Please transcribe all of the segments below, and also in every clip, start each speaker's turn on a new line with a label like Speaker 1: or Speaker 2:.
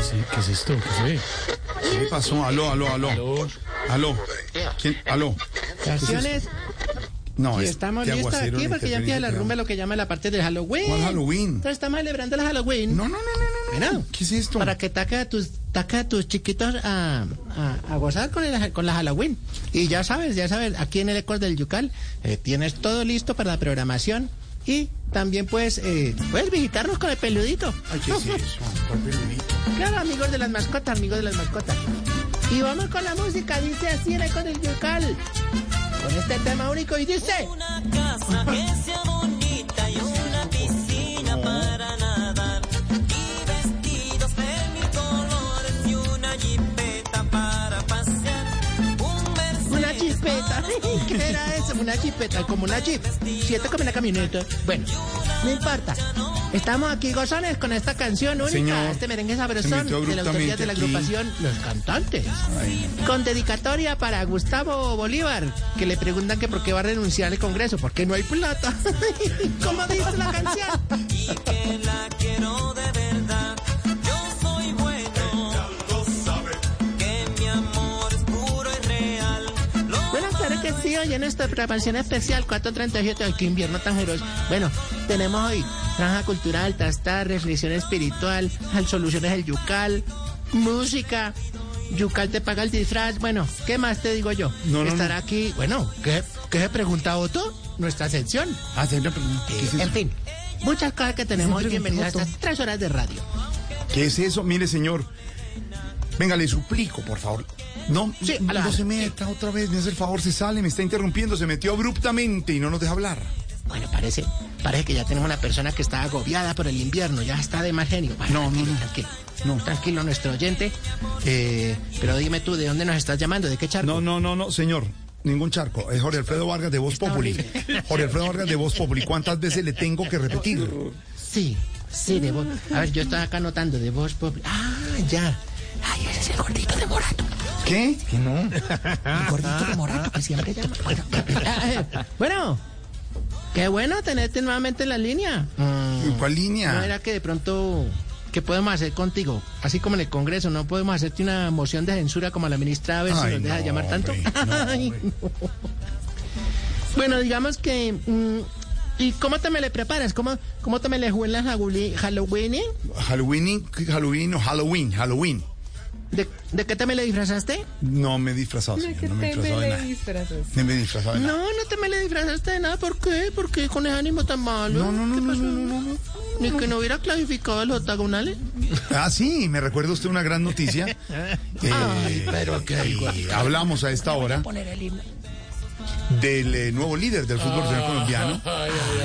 Speaker 1: es, qué es esto? ¿Qué fue?
Speaker 2: ¿Qué le pasó? Aló, aló, aló.
Speaker 1: Aló.
Speaker 2: Aló. ¿Quién? Aló.
Speaker 3: Canciones.
Speaker 2: No,
Speaker 3: Y
Speaker 2: es-
Speaker 3: estamos
Speaker 2: qué
Speaker 3: listos
Speaker 2: aguacero
Speaker 3: aquí
Speaker 2: le
Speaker 3: porque ya
Speaker 2: intervenía,
Speaker 3: empieza la
Speaker 2: qué
Speaker 3: rumba, lo que llama la parte del Halloween.
Speaker 2: ¿Cuál Halloween?
Speaker 3: Entonces estamos celebrando el Halloween.
Speaker 2: No, no, no, no, no, no.
Speaker 3: Bueno,
Speaker 2: ¿Qué es esto?
Speaker 3: Para que taca a tus, taca a tus chiquitos a, a, a gozar con, el, con la Halloween. Y ya sabes, ya sabes, aquí en el Ecos del Yucal eh, tienes todo listo para la programación. Y también puedes, eh, puedes visitarnos con el peludito.
Speaker 2: Ay, ¿qué es eso? ¿Cuál peludito?
Speaker 3: Claro, amigos de las mascotas, amigos de las mascotas. Y vamos con la música, dice así en Ecos del Yucal. Con este tema único y dice...
Speaker 4: Una casa que sea bonita y una piscina para nadar. Y vestidos de mil colores y una jipeta para pasear. Un Mercedes
Speaker 3: Una chispeta. ¿Qué era eso? Una chispeta, como una chip. Siete como una camioneta. Bueno, no importa. Estamos aquí, gozones, con esta canción única,
Speaker 2: Señor,
Speaker 3: este merengue
Speaker 2: se
Speaker 3: sabrosón
Speaker 2: metió
Speaker 3: de la autoría de la
Speaker 2: abruptamente aquí.
Speaker 3: agrupación Los Cantantes.
Speaker 2: Ay,
Speaker 3: Con dedicatoria para Gustavo Bolívar, que le preguntan que por qué va a renunciar al Congreso, porque no hay plata. ¿Cómo dice la canción?
Speaker 4: y que la quiero de verdad. Yo soy bueno. Que mi amor es puro y real. Lo
Speaker 3: Bueno, claro que sí, hoy en nuestra preparación especial 437, ay, qué invierno tan juroso. Bueno, tenemos hoy franja cultural, tastar, reflexión espiritual, al- soluciones del yucal, música, yucal te paga el disfraz, bueno, ¿qué más te digo yo?
Speaker 2: No, no, no.
Speaker 3: Estará aquí, bueno, ¿qué, qué se pregunta Otto? Nuestra sección.
Speaker 2: hacer Ah, una pregunta. ¿Qué
Speaker 3: Eh,
Speaker 2: es eso?
Speaker 3: en fin, muchas cosas que tenemos hoy, bienvenidas a
Speaker 1: pregunta
Speaker 3: estas tres horas de radio.
Speaker 2: ¿Qué es eso? Mire, señor. Venga, le suplico, por favor. No,
Speaker 3: Sí, a la-
Speaker 2: no se meta otra vez, me hace el favor, se sale, me está interrumpiendo, se metió abruptamente y no nos deja hablar.
Speaker 3: Bueno, parece, parece que ya tenemos una persona que está agobiada por el invierno, ya está de mal genio. Bueno,
Speaker 2: No, no,
Speaker 3: tranquilo,
Speaker 2: no.
Speaker 3: Tranquilo,
Speaker 2: No.
Speaker 3: tranquilo nuestro oyente. Eh, pero dime tú, ¿de dónde nos estás llamando? ¿De qué charco?
Speaker 2: No, no, no, no, señor. Ningún charco. Es Jorge Alfredo Vargas de Voz Populi. Jorge Alfredo Vargas de Voz Populi. ¿Cuántas veces le tengo que repetir?
Speaker 3: Sí, sí, de voz. A ver, yo estaba acá anotando de voz Populi. Ah, ya. Ay, ese es el gordito de Morato.
Speaker 2: ¿Qué? Ah,
Speaker 3: El gordito de Morato que siempre llama. Bueno, bueno, qué bueno tenerte nuevamente en la línea. Mm.
Speaker 2: ¿En cuál línea?
Speaker 3: ¿No era que de pronto, qué podemos hacer contigo? Así como en el Congreso, ¿no podemos hacerte una moción de censura como a la ministra a ver si
Speaker 2: Ay,
Speaker 3: nos deja
Speaker 2: no,
Speaker 3: llamar tanto?
Speaker 2: hombre, no,
Speaker 3: Ay,
Speaker 2: hombre.
Speaker 3: no. Bueno, digamos que... mm, ¿Y cómo te me le preparas? ¿Cómo, cómo te me le juegas la Halloween? eh?
Speaker 2: Halloween, Halloween o Halloween, Halloween.
Speaker 3: ¿De, ¿De qué te me le disfrazaste?
Speaker 2: No me he disfrazado,
Speaker 5: No,
Speaker 2: señor.
Speaker 5: que
Speaker 2: No me he
Speaker 5: te
Speaker 2: disfrazado de
Speaker 5: me
Speaker 2: nada.
Speaker 5: disfrazas.
Speaker 2: No me he disfrazado de
Speaker 3: No,
Speaker 2: nada.
Speaker 3: no te me le disfrazaste de nada. ¿Por qué? ¿Por qué con ese ánimo tan malo?
Speaker 2: No, no, no,
Speaker 3: ¿Qué
Speaker 2: no,
Speaker 3: pasó?
Speaker 2: no, no, no.
Speaker 3: Ni que no hubiera clasificado los octagonales.
Speaker 2: Ah, sí, me recuerda usted una gran noticia. Eh,
Speaker 3: pero qué
Speaker 2: y hablamos a esta hora del eh, nuevo líder del fútbol profesional colombiano,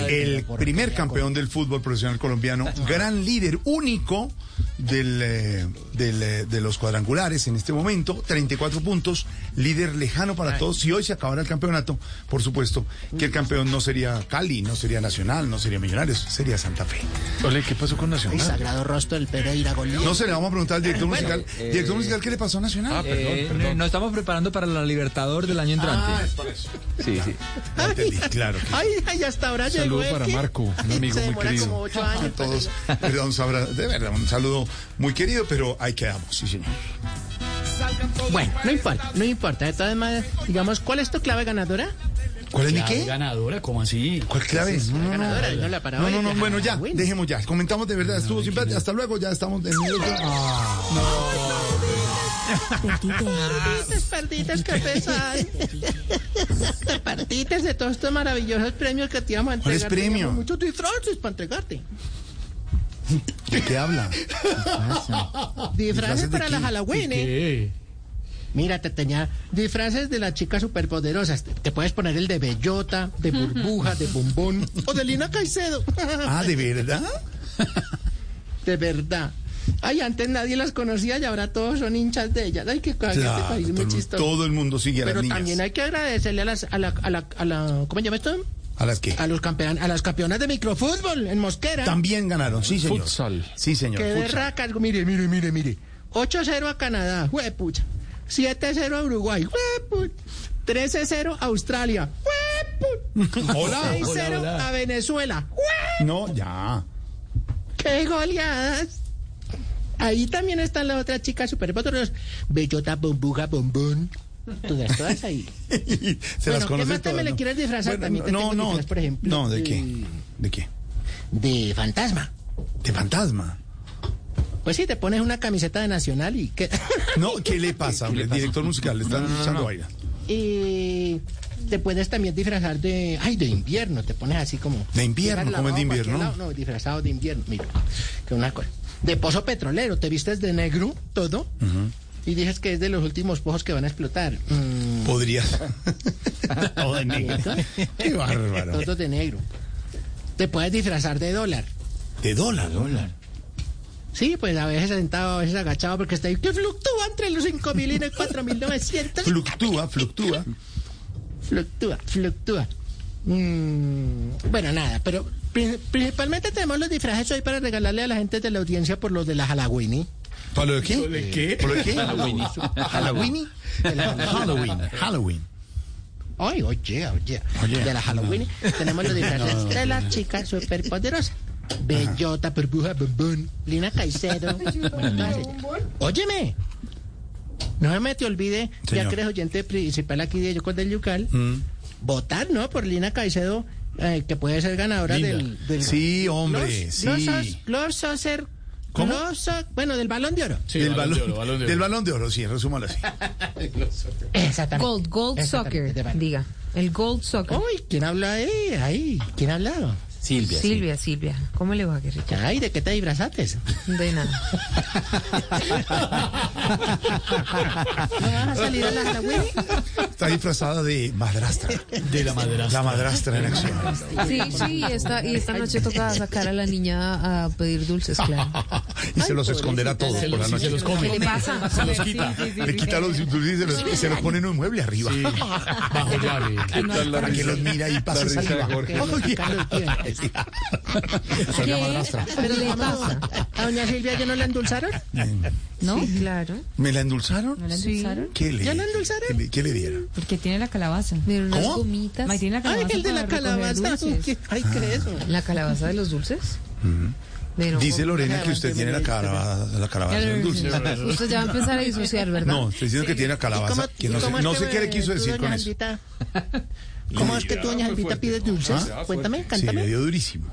Speaker 2: el primer campeón del fútbol profesional colombiano, gran líder único del, eh, del, eh, de los cuadrangulares en este momento, 34 puntos, líder lejano para todos. Si hoy se acabara el campeonato, por supuesto que el campeón no sería Cali, no sería Nacional, no sería Millonarios, sería Santa Fe.
Speaker 1: Ole, ¿qué pasó con
Speaker 3: El
Speaker 1: Nacional?
Speaker 3: sagrado rostro del Pereira Goliath.
Speaker 2: No se le vamos a preguntar al director musical.
Speaker 3: eh,
Speaker 2: Director musical, ¿qué le pasó a Nacional?
Speaker 3: ah,
Speaker 6: Eh, Nos estamos preparando para la Libertador del año entrante.
Speaker 2: Ah, es por eso.
Speaker 6: sí, sí.
Speaker 2: Ya entendí, claro. que-
Speaker 3: Ay, ay, hasta ahora llegó.
Speaker 1: Saludo
Speaker 3: el
Speaker 1: para
Speaker 3: que-
Speaker 1: Marco, un amigo
Speaker 3: se
Speaker 1: muy
Speaker 3: demora
Speaker 1: querido.
Speaker 3: como ocho
Speaker 2: A
Speaker 3: años.
Speaker 2: todos, perdón, Sabra, de verdad, un saludo muy querido, pero ahí quedamos, sí, señor.
Speaker 3: Bueno, no importa, no importa. De todas maneras, digamos, ¿cuál es tu clave ganadora?
Speaker 2: ¿Cuál es mi qué?
Speaker 1: ganadora? ¿Cómo así?
Speaker 2: ¿Cuál clave? No, no, no.
Speaker 3: Ganadora, no la para
Speaker 2: No,
Speaker 3: hoy,
Speaker 2: no, no,
Speaker 3: deja-
Speaker 2: bueno, ya,
Speaker 3: Bueno. Ah,
Speaker 2: dejemos ya. Comentamos de verdad, estuvo simpático. Hasta luego, ya estamos en minuto.
Speaker 3: Perdites, perdites, qué pesada. Te perdites de todos estos maravillosos premios que te íbamos a entregar.
Speaker 2: ¿Cuáles premios?
Speaker 3: Teníamos Muchos disfraces para entregarte.
Speaker 2: ¿De qué habla?
Speaker 3: Disfraces
Speaker 2: Ah, ¿Disfraces de
Speaker 3: para
Speaker 2: qué?
Speaker 3: las Halloween, ¿eh?
Speaker 1: ¿Qué?
Speaker 3: Mira, te tenía disfraces de las chicas superpoderosas. Te, te puedes poner el de bellota, de burbuja, de bombón o de Lina Caicedo.
Speaker 2: Ah, ¿de verdad?
Speaker 3: De verdad. Ay, antes nadie las conocía y ahora todos son hinchas de ellas. Ay, qué cosa, este
Speaker 2: Claro,
Speaker 3: país es muy
Speaker 2: todo,
Speaker 3: chistoso.
Speaker 2: todo el mundo sigue a las
Speaker 3: Pero también
Speaker 2: niñas.
Speaker 3: hay que agradecerle a las, a la, a la, a la- ¿cómo se llama esto?
Speaker 2: ¿A las qué?
Speaker 3: A los campeones, a las campeonas de microfútbol en Mosquera.
Speaker 2: También ganaron, sí, señor.
Speaker 1: Futsal.
Speaker 2: Sí, señor.
Speaker 3: Qué
Speaker 2: futsal.
Speaker 3: berracas. Mire, mire, mire, mire. 8-0 a Canadá, juepucha. 7-0 a Uruguay, juepucha. 13-0 a Australia, juepucha.
Speaker 2: Hola.
Speaker 3: 6-0 a Venezuela, jue-
Speaker 2: No, ya.
Speaker 3: ¡Qué goleadas! Ahí también están las otras chicas super poderosas. Bellota, bombuja, bombón. Todas, todas ahí.
Speaker 2: Se las
Speaker 3: ¿qué
Speaker 2: conoce
Speaker 3: más te
Speaker 2: todas,
Speaker 3: me le
Speaker 2: ¿no?
Speaker 3: quieres disfrazar? También te
Speaker 2: no,
Speaker 3: tengo
Speaker 2: no,
Speaker 3: disfraz, por ejemplo,
Speaker 2: No, ¿de qué?
Speaker 3: de-
Speaker 2: ¿De qué?
Speaker 3: De fantasma.
Speaker 2: ¿De fantasma?
Speaker 3: Pues sí, te pones una camiseta de nacional y que.
Speaker 2: No, ¿qué le pasa, hombre? Director musical, le están echando vaina.
Speaker 3: y te puedes también disfrazar de. Ay, de invierno. Te pones así como.
Speaker 2: De invierno,
Speaker 3: llevas la
Speaker 2: ¿cómo es de
Speaker 3: ropa a cualquier
Speaker 2: invierno?
Speaker 3: lado, no, disfrazado de invierno. Mira, que una cosa. De pozo petrolero. Te vistes de negro todo. Y dices que es de los últimos pozos que van a explotar. Mm,
Speaker 2: Podrías. No, de negro. Qué bárbaro.
Speaker 3: Todos de negro. Te puedes disfrazar de dólar.
Speaker 2: De dólar. dólar.
Speaker 3: Sí, pues a veces sentado, a veces agachado, porque está ahí que fluctúa entre los 5.000 y los 4.900.
Speaker 2: Fluctúa, fluctúa.
Speaker 3: fluctúa, fluctúa. Mm, bueno, nada, pero pri- principalmente tenemos los disfrajes hoy para regalarle a la gente de la audiencia por los de la Halagüini.
Speaker 2: ¿Para lo de qué? ¿De qué? ¿Para lo de qué? Halloween. Halloween. Halloween. Halloween.
Speaker 3: Ay, oye, oye,
Speaker 2: Oye.
Speaker 3: de la Halloween. Tenemos los disfraces de las chicas superpoderosas. Bellota, burbuja, bombón, Lina Caicedo. bueno, todas ellas. Óyeme, no se me te olvide, ya
Speaker 2: Señor.
Speaker 3: que eres oyente principal aquí de Yocos del Yucal,
Speaker 2: Mm.
Speaker 3: votar, ¿no? Por Lina Caicedo, eh, que puede ser ganadora
Speaker 2: Linda.
Speaker 3: del, del-
Speaker 2: Sí, hombre,
Speaker 3: Los-
Speaker 2: sí.
Speaker 3: Los, Os- los Oscar-
Speaker 2: ¿Cómo?
Speaker 3: los Os- bueno, del Balón de Oro.
Speaker 2: del balón, del balón de oro, sí, resúmalo así.
Speaker 3: Exactamente.
Speaker 5: Gold, Gold
Speaker 3: Exactamente,
Speaker 5: Soccer,
Speaker 3: del balón.
Speaker 5: diga. El Gold Soccer.
Speaker 3: Uy, ¿quién habla ahí? Ahí, ¿quién ha hablado?
Speaker 5: Silvia, Silvia, ¿Cómo le va, guerrilla?
Speaker 3: Ay, ¿de qué te disfrazaste?
Speaker 5: De nada.
Speaker 3: ¿No vas a salir a la Halloween?
Speaker 2: Está disfrazada de madrastra. De la madrastra. La madrastra en acción.
Speaker 5: Sí, sí, esta, y esta noche toca sacar a la niña a pedir dulces, claro.
Speaker 2: y se los esconderá todos por la noche.
Speaker 5: ¿Qué le pasa? Se los quita.
Speaker 2: Le quita los dulces y se los, se los pone en un mueble arriba.
Speaker 7: Bajo llave.
Speaker 2: Para que los mira y pase saliva. Oye.
Speaker 5: ¿Pero le pasa?
Speaker 3: ¿A doña Silvia ya no la endulzaron?
Speaker 5: ¿No? Sí, claro.
Speaker 2: ¿Me la endulzaron?
Speaker 8: ¿No la
Speaker 5: Sí.
Speaker 8: endulzaron?
Speaker 2: ¿Qué le,
Speaker 3: ¿Ya la endulzaron?
Speaker 2: ¿Qué le, qué le dieron?
Speaker 8: Porque tiene la calabaza.
Speaker 5: Pero unas
Speaker 2: ¿Cómo?
Speaker 5: gomitas.
Speaker 8: Ahí tiene la
Speaker 3: Ay,
Speaker 8: calabaza.
Speaker 3: el de la
Speaker 8: para recoger
Speaker 3: calabaza.
Speaker 8: dulces.
Speaker 3: ¿qué? Ay,
Speaker 2: Ah,
Speaker 3: ¿qué es eso?
Speaker 5: ¿La calabaza de los dulces? Pero-
Speaker 2: Dice Lorena que usted tiene la calabaza, la calabaza en dulce.
Speaker 5: Usted ya va a empezar a disociar, ¿verdad?
Speaker 2: No, estoy diciendo que tiene la calabaza. Que no sé, no sé qué le quiso decir con eso.
Speaker 3: ¿Cómo es que tú, doña Albita, pides dulces? Cuéntame,
Speaker 2: Ah, Sí, le
Speaker 3: cántame.
Speaker 2: dio durísimo.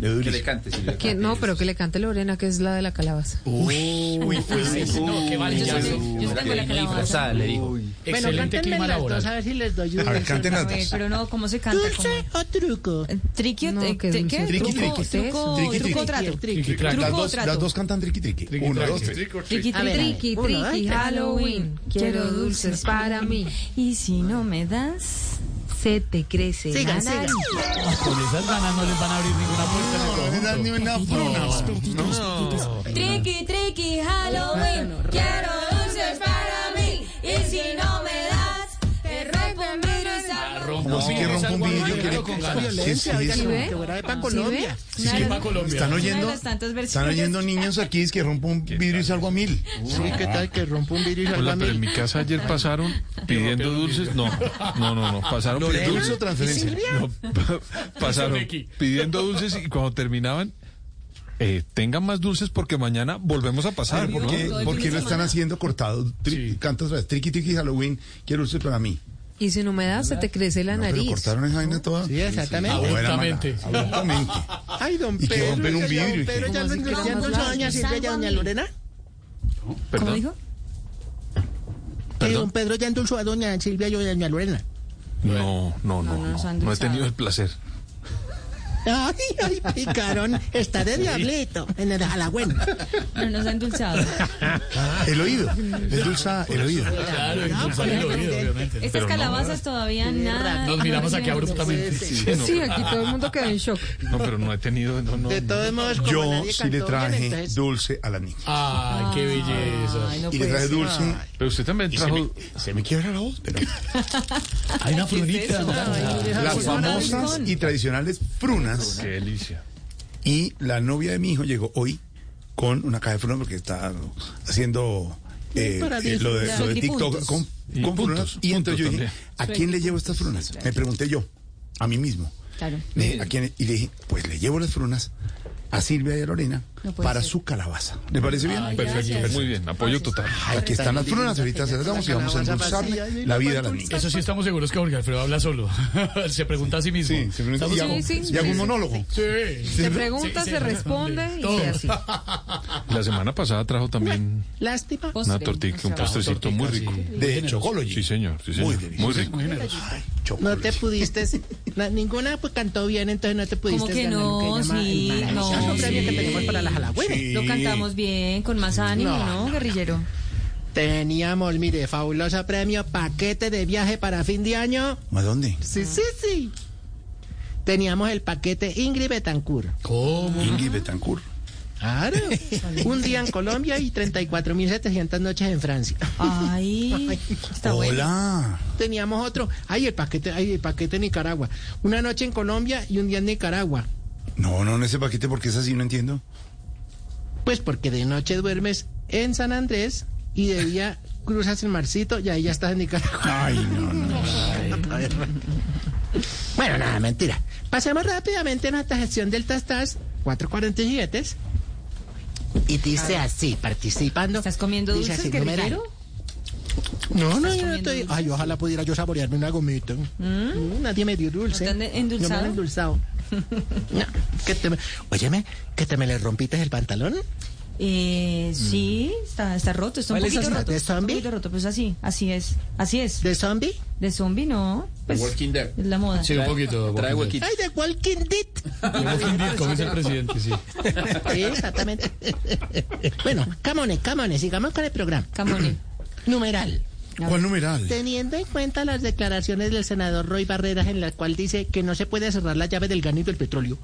Speaker 2: Le dio durísimo.
Speaker 5: Que- no, pero que le cante Lorena, que es la de la calabaza.
Speaker 2: Uy, fue
Speaker 7: No, qué valillazo.
Speaker 3: Bueno,
Speaker 7: Excelente
Speaker 3: cántenme
Speaker 7: clima
Speaker 3: las dos a
Speaker 7: laboral.
Speaker 3: ver si les doy
Speaker 2: A ver,
Speaker 3: un
Speaker 2: canten las
Speaker 8: A ver,
Speaker 2: dos.
Speaker 8: pero no, ¿cómo se canta?
Speaker 3: dulce o truco.
Speaker 8: ¿Cómo? ¿Triqui o
Speaker 5: No,
Speaker 8: te-
Speaker 5: que
Speaker 8: te-
Speaker 5: dulce.
Speaker 8: qué?
Speaker 2: Triqui,
Speaker 8: ¿Truco
Speaker 2: triqui.
Speaker 8: truco-
Speaker 2: Triqui,
Speaker 8: truco
Speaker 2: triqui.
Speaker 8: o trato?
Speaker 7: Triqui, traca.
Speaker 8: Truco
Speaker 2: Las
Speaker 8: o
Speaker 2: dos, las
Speaker 8: trato.
Speaker 2: dos cantan triqui triqui. Uno, dos, tres.
Speaker 8: Triqui,
Speaker 3: A ver,
Speaker 5: Triqui,
Speaker 8: triqui.
Speaker 3: Uno, dos,
Speaker 5: triqui,
Speaker 3: tres.
Speaker 5: Halloween. Quiero dulces para mí.
Speaker 8: Y si no me das...
Speaker 5: Se te crece
Speaker 3: Sigan,
Speaker 5: la nariz.
Speaker 7: Con esas ganas no les van a abrir ninguna
Speaker 2: No
Speaker 7: puerta.
Speaker 2: le dan ni una broma.
Speaker 8: Triqui, triqui, Halloween. Quiero dulces para mí. Y si no me das, te rompo un vidrio y salgo.
Speaker 2: No, sí que rompe un vidrio. que le- ¿Qué es
Speaker 3: Violencia, oiga,
Speaker 2: eso?
Speaker 3: como
Speaker 5: ve?
Speaker 3: que fuera de pa'
Speaker 5: ¿Sí ve?
Speaker 3: Colombia.
Speaker 2: Sí, que-
Speaker 7: Colombia.
Speaker 2: Están
Speaker 8: Una
Speaker 2: oyendo,
Speaker 8: de las tantas
Speaker 2: están
Speaker 8: versiones.
Speaker 2: oyendo niños aquí es que rompo un vidrio y salgo a mil.
Speaker 3: Sí, ¿qué tal que rompo un vidrio y salgo
Speaker 1: Hola,
Speaker 3: a mí?
Speaker 1: pero en mi casa ayer pasaron pidiendo dulces. No, no, no, no. Pasaron pidiendo
Speaker 2: Dulce o transferencia.
Speaker 1: No, pa- pasaron
Speaker 7: Ricky.
Speaker 1: pidiendo dulces y cuando terminaban, eh, tengan más dulces porque mañana volvemos a pasar.
Speaker 2: ¿Por
Speaker 1: ¿no?
Speaker 2: qué, por qué lo están haciendo cortado? Tri, Canta otra vez. Triqui triqui Halloween. Quiero dulce para mí.
Speaker 5: Y sin humedad se te crece la
Speaker 2: No, pero
Speaker 5: nariz.
Speaker 2: cortaron esa vaina toda.
Speaker 3: Sí, exactamente.
Speaker 7: Abruptamente.
Speaker 2: Abuela mala, Abruptamente.
Speaker 3: Ay, don
Speaker 2: Y que
Speaker 3: Pedro.
Speaker 2: rompen un
Speaker 3: oiga,
Speaker 2: vidrio, ¿y
Speaker 3: don
Speaker 2: qué?
Speaker 3: Pedro, ¿ya
Speaker 5: ¿Cómo
Speaker 3: no
Speaker 5: así
Speaker 3: endulzó-
Speaker 5: que era
Speaker 3: ya
Speaker 5: más
Speaker 3: endulzó a
Speaker 5: largo?
Speaker 3: doña Silvia y a doña Lorena? Eh,
Speaker 8: ¿Cómo
Speaker 1: Perdón.
Speaker 8: dijo?
Speaker 3: Que don Pedro ya endulzó a doña Silvia y a doña Lorena.
Speaker 1: No, no, no, no. No he tenido el placer.
Speaker 3: Ay, ay, picarón. Está de diablito en el halagüen.
Speaker 8: No nos ha endulzado.
Speaker 2: El oído. Es dulza el oído.
Speaker 7: Claro, endulzar el
Speaker 2: pues,
Speaker 7: oído,
Speaker 2: eh,
Speaker 7: obviamente.
Speaker 8: Estas calabazas todavía nada.
Speaker 7: Nos miramos aquí abruptamente.
Speaker 1: Sí, no,
Speaker 5: Sí, aquí todo el mundo quedó en shock.
Speaker 1: no, pero no he tenido. No, no,
Speaker 3: De todos modos, como
Speaker 2: Yo
Speaker 3: nadie
Speaker 2: sí
Speaker 3: cantó
Speaker 2: le
Speaker 3: bien,
Speaker 2: traje
Speaker 3: entonces-
Speaker 2: dulce a la niña.
Speaker 7: Ay, qué belleza.
Speaker 5: Ay, no
Speaker 2: Y le
Speaker 5: puede
Speaker 2: traje
Speaker 5: ser.
Speaker 2: dulce.
Speaker 1: Pero usted también
Speaker 2: Y se me,
Speaker 1: trajo.
Speaker 2: se me quiebra la voz, pero
Speaker 7: Hay una frunita.
Speaker 2: las famosas y tradicionales frunas.
Speaker 1: Qué delicia.
Speaker 2: Y la novia de mi hijo llegó hoy con una caja de frunas porque está haciendo eh,
Speaker 3: Para
Speaker 2: eh, lo, de, lo de TikTok
Speaker 5: Puntos.
Speaker 2: con,
Speaker 1: Y
Speaker 2: con frunas.
Speaker 1: puntos,
Speaker 2: y entonces yo
Speaker 1: puntos
Speaker 2: dije, ¿a quién le llevo estas frunas? Me pregunté yo, a mí mismo.
Speaker 8: Claro.
Speaker 2: Le dije, ¿a quién? Y le dije, pues le llevo las frunas a Silvia y a Lorena
Speaker 5: No puede
Speaker 2: para
Speaker 5: ser.
Speaker 2: su calabaza. ¿Le parece bien?
Speaker 1: Perfecto, muy bien, apoyo total.
Speaker 2: Ay, Aquí están las frunas, ahorita se las damos y vamos a endulzarle la vida a las niñas.
Speaker 7: Eso sí estamos seguros que Jorge Alfredo habla solo. se pregunta a sí mismo.
Speaker 2: Sí, se pregunta,
Speaker 7: Estamos-
Speaker 2: y hago,
Speaker 5: Sí, sí,
Speaker 2: y hago
Speaker 5: sí,
Speaker 2: un
Speaker 5: sí.
Speaker 2: monólogo.
Speaker 7: Sí.
Speaker 5: Se pregunta,
Speaker 7: Sí,
Speaker 5: se
Speaker 7: sí,
Speaker 5: responde y
Speaker 7: todo.
Speaker 5: así.
Speaker 1: La semana pasada trajo también
Speaker 3: Lástima.
Speaker 1: una tortilla, un postrecito muy rico.
Speaker 2: De Chocology.
Speaker 1: Sí, señor, sí, señor.
Speaker 2: Muy
Speaker 1: Muy
Speaker 2: delicioso.
Speaker 1: rico.
Speaker 2: Ay,
Speaker 3: No te
Speaker 2: Chocology.
Speaker 3: pudiste. na- ninguna pues, cantó bien, entonces no te pudiste.
Speaker 8: que
Speaker 3: ganar lo
Speaker 8: no?
Speaker 3: llama
Speaker 8: Sí,
Speaker 3: el maravilloso
Speaker 8: no,
Speaker 3: premio que
Speaker 8: sí.
Speaker 3: tenemos para las halagüeñas.
Speaker 2: Sí.
Speaker 8: Lo cantamos bien, con más ánimo, ¿no, guerrillero?
Speaker 3: Teníamos, mire, fabuloso premio, paquete de viaje para fin de año.
Speaker 2: ¿A dónde?
Speaker 3: Sí, sí, sí. Teníamos el paquete Ingrid Betancourt.
Speaker 7: ¿Cómo?
Speaker 2: Ingrid Betancourt.
Speaker 3: Claro. Un día en Colombia y 34.700 noches en Francia.
Speaker 8: Ay, está bueno.
Speaker 2: Hola.
Speaker 3: Teníamos otro. Ay, el paquete, ay, el paquete Nicaragua. Una noche en Colombia y un día en Nicaragua.
Speaker 2: No, no, en ese paquete porque es así, no entiendo.
Speaker 3: Pues porque de noche duermes en San Andrés y de día cruzas el marcito y ahí ya estás en Nicaragua.
Speaker 2: Ay, no, no.
Speaker 3: Bueno, nada, mentira. Pasemos rápidamente a nuestra gestión del Tastas 447. Y dice así, participando.
Speaker 8: ¿Estás comiendo
Speaker 3: dice
Speaker 8: dulces,
Speaker 3: así, numeral.
Speaker 8: guerrillero?
Speaker 3: No, no, yo no
Speaker 8: comiendo
Speaker 3: estoy.
Speaker 8: dulces?
Speaker 3: Ay, ojalá pudiera yo saborearme una gomita. Mm, Nadie me dio dulce.
Speaker 8: ¿No te han endulzado?
Speaker 3: No me han endulzado. No, que te me... Óyeme, que te me le rompiste el pantalón.
Speaker 7: Mm.
Speaker 8: Eh, sí, está, está roto, está un
Speaker 3: ¿Cuál es
Speaker 8: poquito
Speaker 3: esa?
Speaker 8: roto.
Speaker 3: ¿De
Speaker 8: está un
Speaker 3: zombie?
Speaker 8: poquito roto, pues así, así es, así es.
Speaker 3: ¿De zombie?
Speaker 8: De zombie no, pues
Speaker 7: Walking Dead.
Speaker 8: es la moda.
Speaker 7: Sí, un poquito.
Speaker 6: Trae
Speaker 7: Walking
Speaker 6: huequito.
Speaker 3: Ay, de Walking Dead.
Speaker 7: Dead. Walking Dead, como dice el presidente, sí.
Speaker 3: Sí, exactamente. bueno, camones, camones, sigamos con el programa.
Speaker 8: Camone.
Speaker 3: Numeral.
Speaker 2: ¿Cuál numeral?
Speaker 3: Teniendo en cuenta las declaraciones del senador Roy Barreras en la cual dice que no se puede cerrar la llave del gas ni del petróleo,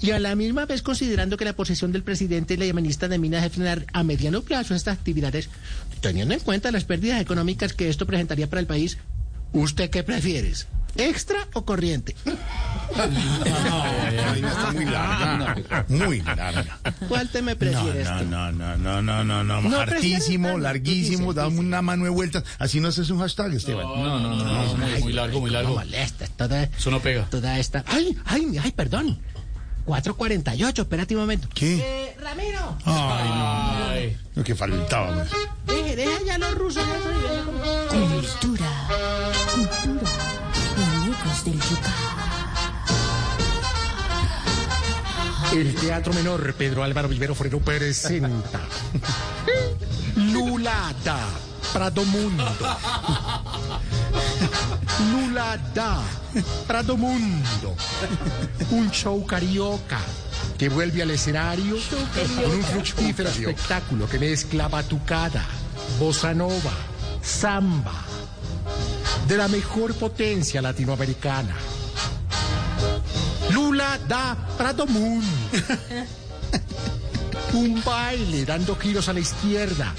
Speaker 3: y a la misma vez considerando que la posesión del presidente y la ministra de Minas es frenar a mediano plazo estas actividades, teniendo en cuenta las pérdidas económicas que esto presentaría para el país, ¿usted qué prefieres? ¿Extra o corriente?
Speaker 2: La vaina está muy larga. Muy larga.
Speaker 3: ¿Cuál te me
Speaker 2: No,
Speaker 3: prefieres?
Speaker 2: no,
Speaker 3: tú?
Speaker 2: no, no, no, no, no, no,
Speaker 3: No,
Speaker 2: Hartísimo,
Speaker 3: prefiero-
Speaker 2: larguísimo,
Speaker 3: Difícil,
Speaker 2: damos una mano de vueltas. Así no haces un hashtag, Esteban.
Speaker 7: No, no, no, muy, muy largo, muy
Speaker 3: No
Speaker 7: largo.
Speaker 3: molestes, toda,
Speaker 7: Eso no pega.
Speaker 3: toda esta... ¡Ay, ay, ay, perdón! 4.48, espérate un momento.
Speaker 2: ¿Qué?
Speaker 3: Eh, Ramiro,
Speaker 2: Ay,
Speaker 7: Ay.
Speaker 2: lo que faltaba. pues.
Speaker 3: deje, deja ya los rusos. ya se vienen con-
Speaker 9: Cultura, cultura, muñecos del yucal.
Speaker 10: El Teatro Menor Pedro Álvaro Vivero Forero presenta Lulada Prado Mundo. Lulada Prado Mundo. Un show carioca que vuelve al escenario con un fructífero espectáculo que mezcla batucada, bossa nova, samba de la mejor potencia latinoamericana. Lula da Prado Moon. Un baile dando giros a la izquierda,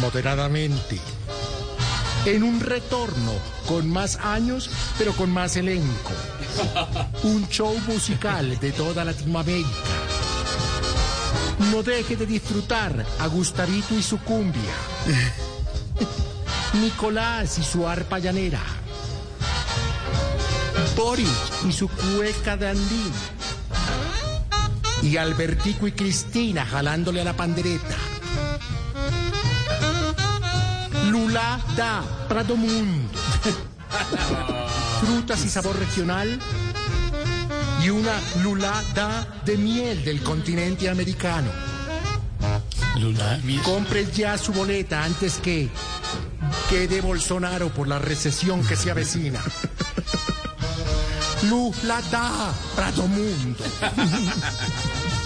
Speaker 10: moderadamente. En un retorno con más años, pero con más elenco. Un show musical de toda Latinoamérica. No deje de disfrutar a Gustavito y su cumbia. Nicolás y su arpa llanera. Boris y su cueca de andín. Y Albertico y Cristina jalándole a la pandereta. Lula da Prado Mundo. Frutas y sabor regional. Y una lulada de miel del continente americano.
Speaker 7: Lula, mi-
Speaker 10: Compre ya su boleta antes que quede Bolsonaro por la recesión que se avecina. Luz la da para todo mundo.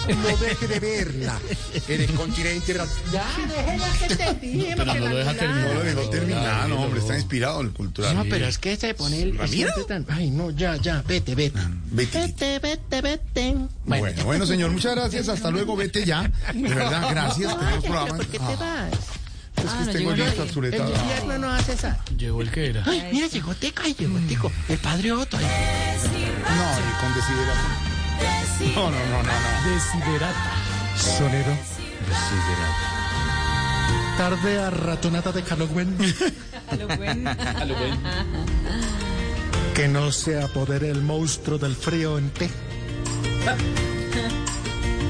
Speaker 10: No deje de verla en el continente. lat-
Speaker 3: Ya, déjela que te dijimos
Speaker 7: Pero
Speaker 3: que
Speaker 7: no
Speaker 3: la
Speaker 7: lo deja
Speaker 2: No
Speaker 3: anulada.
Speaker 2: lo
Speaker 7: terminar.
Speaker 2: dejó terminar, no, hombre, está inspirado el cultural.
Speaker 3: No, pero es que se pone el...
Speaker 2: ¿Ramiro?
Speaker 3: siempre tan- Ay, no, ya, ya, vete, vete.
Speaker 2: Vete.
Speaker 3: Vete, vete, vete.
Speaker 2: Bueno, bueno, señor, muchas gracias. Hasta luego, vete ya. De verdad, gracias.
Speaker 3: Ay,
Speaker 2: Tenemos
Speaker 3: pero
Speaker 2: programa.
Speaker 3: ¿por qué te
Speaker 2: Ah,
Speaker 3: vas? Ah,
Speaker 2: es que tengo el día
Speaker 3: El
Speaker 2: encapsuletado.
Speaker 3: invierno no hace esa.
Speaker 7: Llegó el que era.
Speaker 3: Ay, mira, llegó Teca, ay, llegó Tico. El padre Otto. ay.
Speaker 2: No, y con desiderato. No, no, no, no, no.
Speaker 10: Sonero. Tarde a ratonata de Halloween. Que no se apodere el monstruo del frío en té.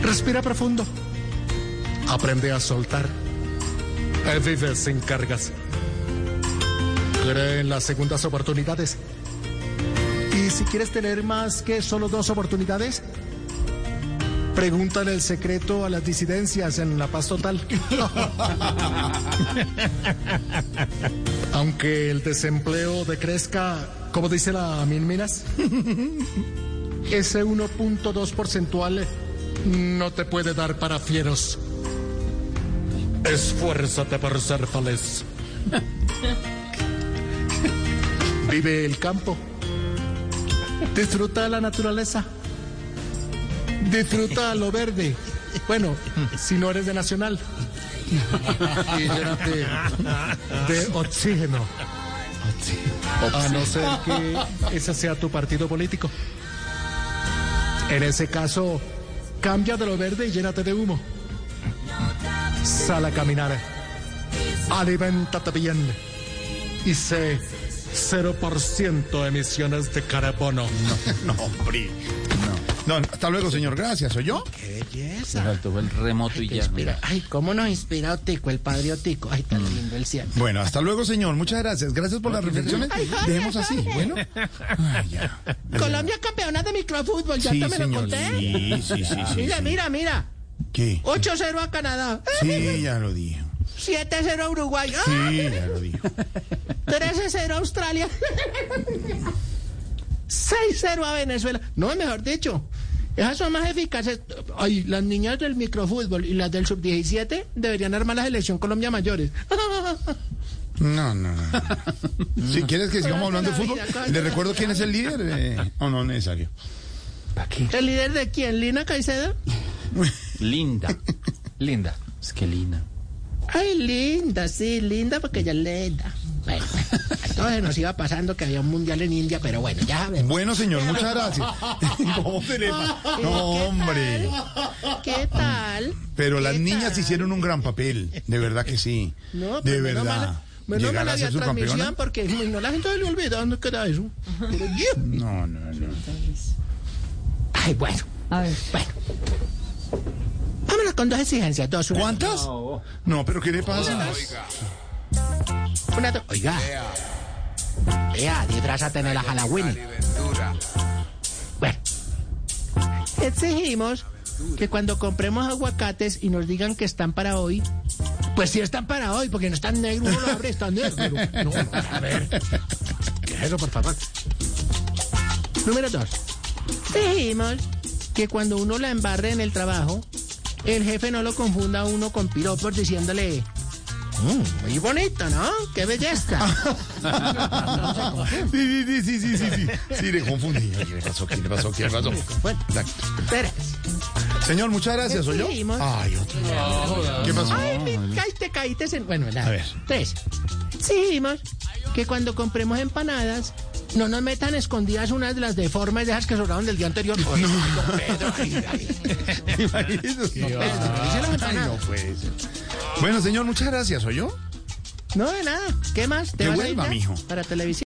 Speaker 3: Respira profundo. Aprende a soltar. Eh, Vive sin cargas. Cree en las segundas oportunidades. Y si quieres tener más que solo dos oportunidades, pregúntale el secreto a las disidencias en la paz total. Aunque el desempleo decrezca, como dice la Min Minas, ese 1.2 porcentual no te puede dar para fieros. Esfuérzate por ser feliz. Vive el campo. Disfruta la naturaleza. Disfruta lo verde. Bueno, si no eres de Nacional. Y llénate de oxígeno. A no ser que ese sea tu partido político. En ese caso, cambia de lo verde y llénate de humo. Sal a caminar. Alimentate bien. Y sé 0% emisiones de carbono.
Speaker 2: No, hombre. No. No, hasta luego, señor. Gracias. ¿Soy yo?
Speaker 1: ¡Qué belleza!
Speaker 11: Saltó el remoto y
Speaker 1: Qué
Speaker 11: ya.
Speaker 1: inspira- Ay, cómo nos inspira Otico, el padre Otico. Ay, tan lindo el cielo.
Speaker 2: Bueno, hasta luego, señor. Muchas gracias. Gracias por las reflexiones. Dejemos así. Bueno. Ay, ya.
Speaker 1: Colombia campeona de microfútbol, ya
Speaker 2: Sí,
Speaker 1: te me lo
Speaker 2: señor.
Speaker 1: conté.
Speaker 2: Sí, sí, sí, sí,
Speaker 1: mira,
Speaker 2: sí.
Speaker 1: mira, mira.
Speaker 2: ¿Qué?
Speaker 1: 8-0 a Canadá.
Speaker 2: Sí, ya lo dije.
Speaker 1: 7-0 a Uruguay. ¡Ah!
Speaker 2: Sí, ya lo dijo.
Speaker 1: 13-0 a Australia. 6-0 a Venezuela. No, mejor dicho. Esas son más eficaces. Ay, las niñas del microfútbol y las del sub-17 deberían armar la selección Colombia Mayores.
Speaker 2: No, no, no. no. Si quieres que sigamos hablando de fútbol, le recuerdo quién es el líder. eh, o no, no es necesario.
Speaker 1: ¿El líder de quién? ¿Lina Caicedo?
Speaker 11: Linda.
Speaker 12: Linda.
Speaker 11: Es que linda.
Speaker 1: Ay, linda, sí, linda porque ella es linda. Bueno, entonces nos iba pasando que había un mundial en India, pero bueno, ya sabemos.
Speaker 2: Bueno, señor, muchas gracias. ¿Cómo se le va? No, hombre.
Speaker 1: ¿Qué tal?
Speaker 2: Pero las
Speaker 1: ¿Qué
Speaker 2: niñas
Speaker 1: tal?
Speaker 2: hicieron un gran papel. De verdad que sí.
Speaker 1: No,
Speaker 2: de
Speaker 1: pero menos
Speaker 2: verdad.
Speaker 1: mal- Menos
Speaker 2: Llegar
Speaker 1: mal
Speaker 2: a
Speaker 1: había
Speaker 2: ser su campeona.
Speaker 1: transmisión porque uy, no la gente se le olvidó dónde queda eso. Pero yo-
Speaker 2: No, no, no.
Speaker 1: Ay, bueno,
Speaker 8: A ver.
Speaker 1: bueno. Vámonos con dos exigencias, dos. una-
Speaker 2: ¿Cuántas? No, pero ¿qué le pasa?
Speaker 1: Una, do- Oiga. Vea, disfrázate en el Halloween. Bueno. Exigimos que cuando compremos aguacates y nos digan que están para hoy, pues sí están para hoy, porque no están negros, uno lo abre, están negros. No, no, a ver. ¿Qué es eso, por favor? Número dos. Exigimos que cuando uno la embarre en el trabajo, el jefe no lo confunda a uno con piropos diciéndole... "Mm, muy bonito, ¿no? ¡Qué belleza!
Speaker 2: Sí, sí, sí, sí, sí, sí. Sí, le confundí. Oye, ¿Qué le pasó? ¿Qué le pasó? ¿Qué le pasó?
Speaker 1: Bueno,
Speaker 2: Exacto.
Speaker 1: tres.
Speaker 2: Señor, muchas gracias. ¿Soy yo?
Speaker 1: Seguimos.
Speaker 2: Ay, otro. ¿Qué pasó?
Speaker 1: Ay, me caíste, caíste. en- Bueno, nada.
Speaker 2: Ah, A ver.
Speaker 1: Tres. Exigimos que cuando compremos empanadas, no nos metan escondidas unas de las deformes de esas que sobraron del día anterior. Ay, don Pedro, ay, ay.
Speaker 2: Imagínese.
Speaker 1: Pedro, ¿qué hice las
Speaker 2: Ah, Ay, no
Speaker 1: empanadas?
Speaker 2: puede ser. Bueno, señor, muchas gracias. ¿Soy yo?
Speaker 1: No, de nada. ¿Qué más? ¿Te vas a ir
Speaker 2: Devuelva,
Speaker 1: ya?
Speaker 2: mijo.
Speaker 1: Para televisión.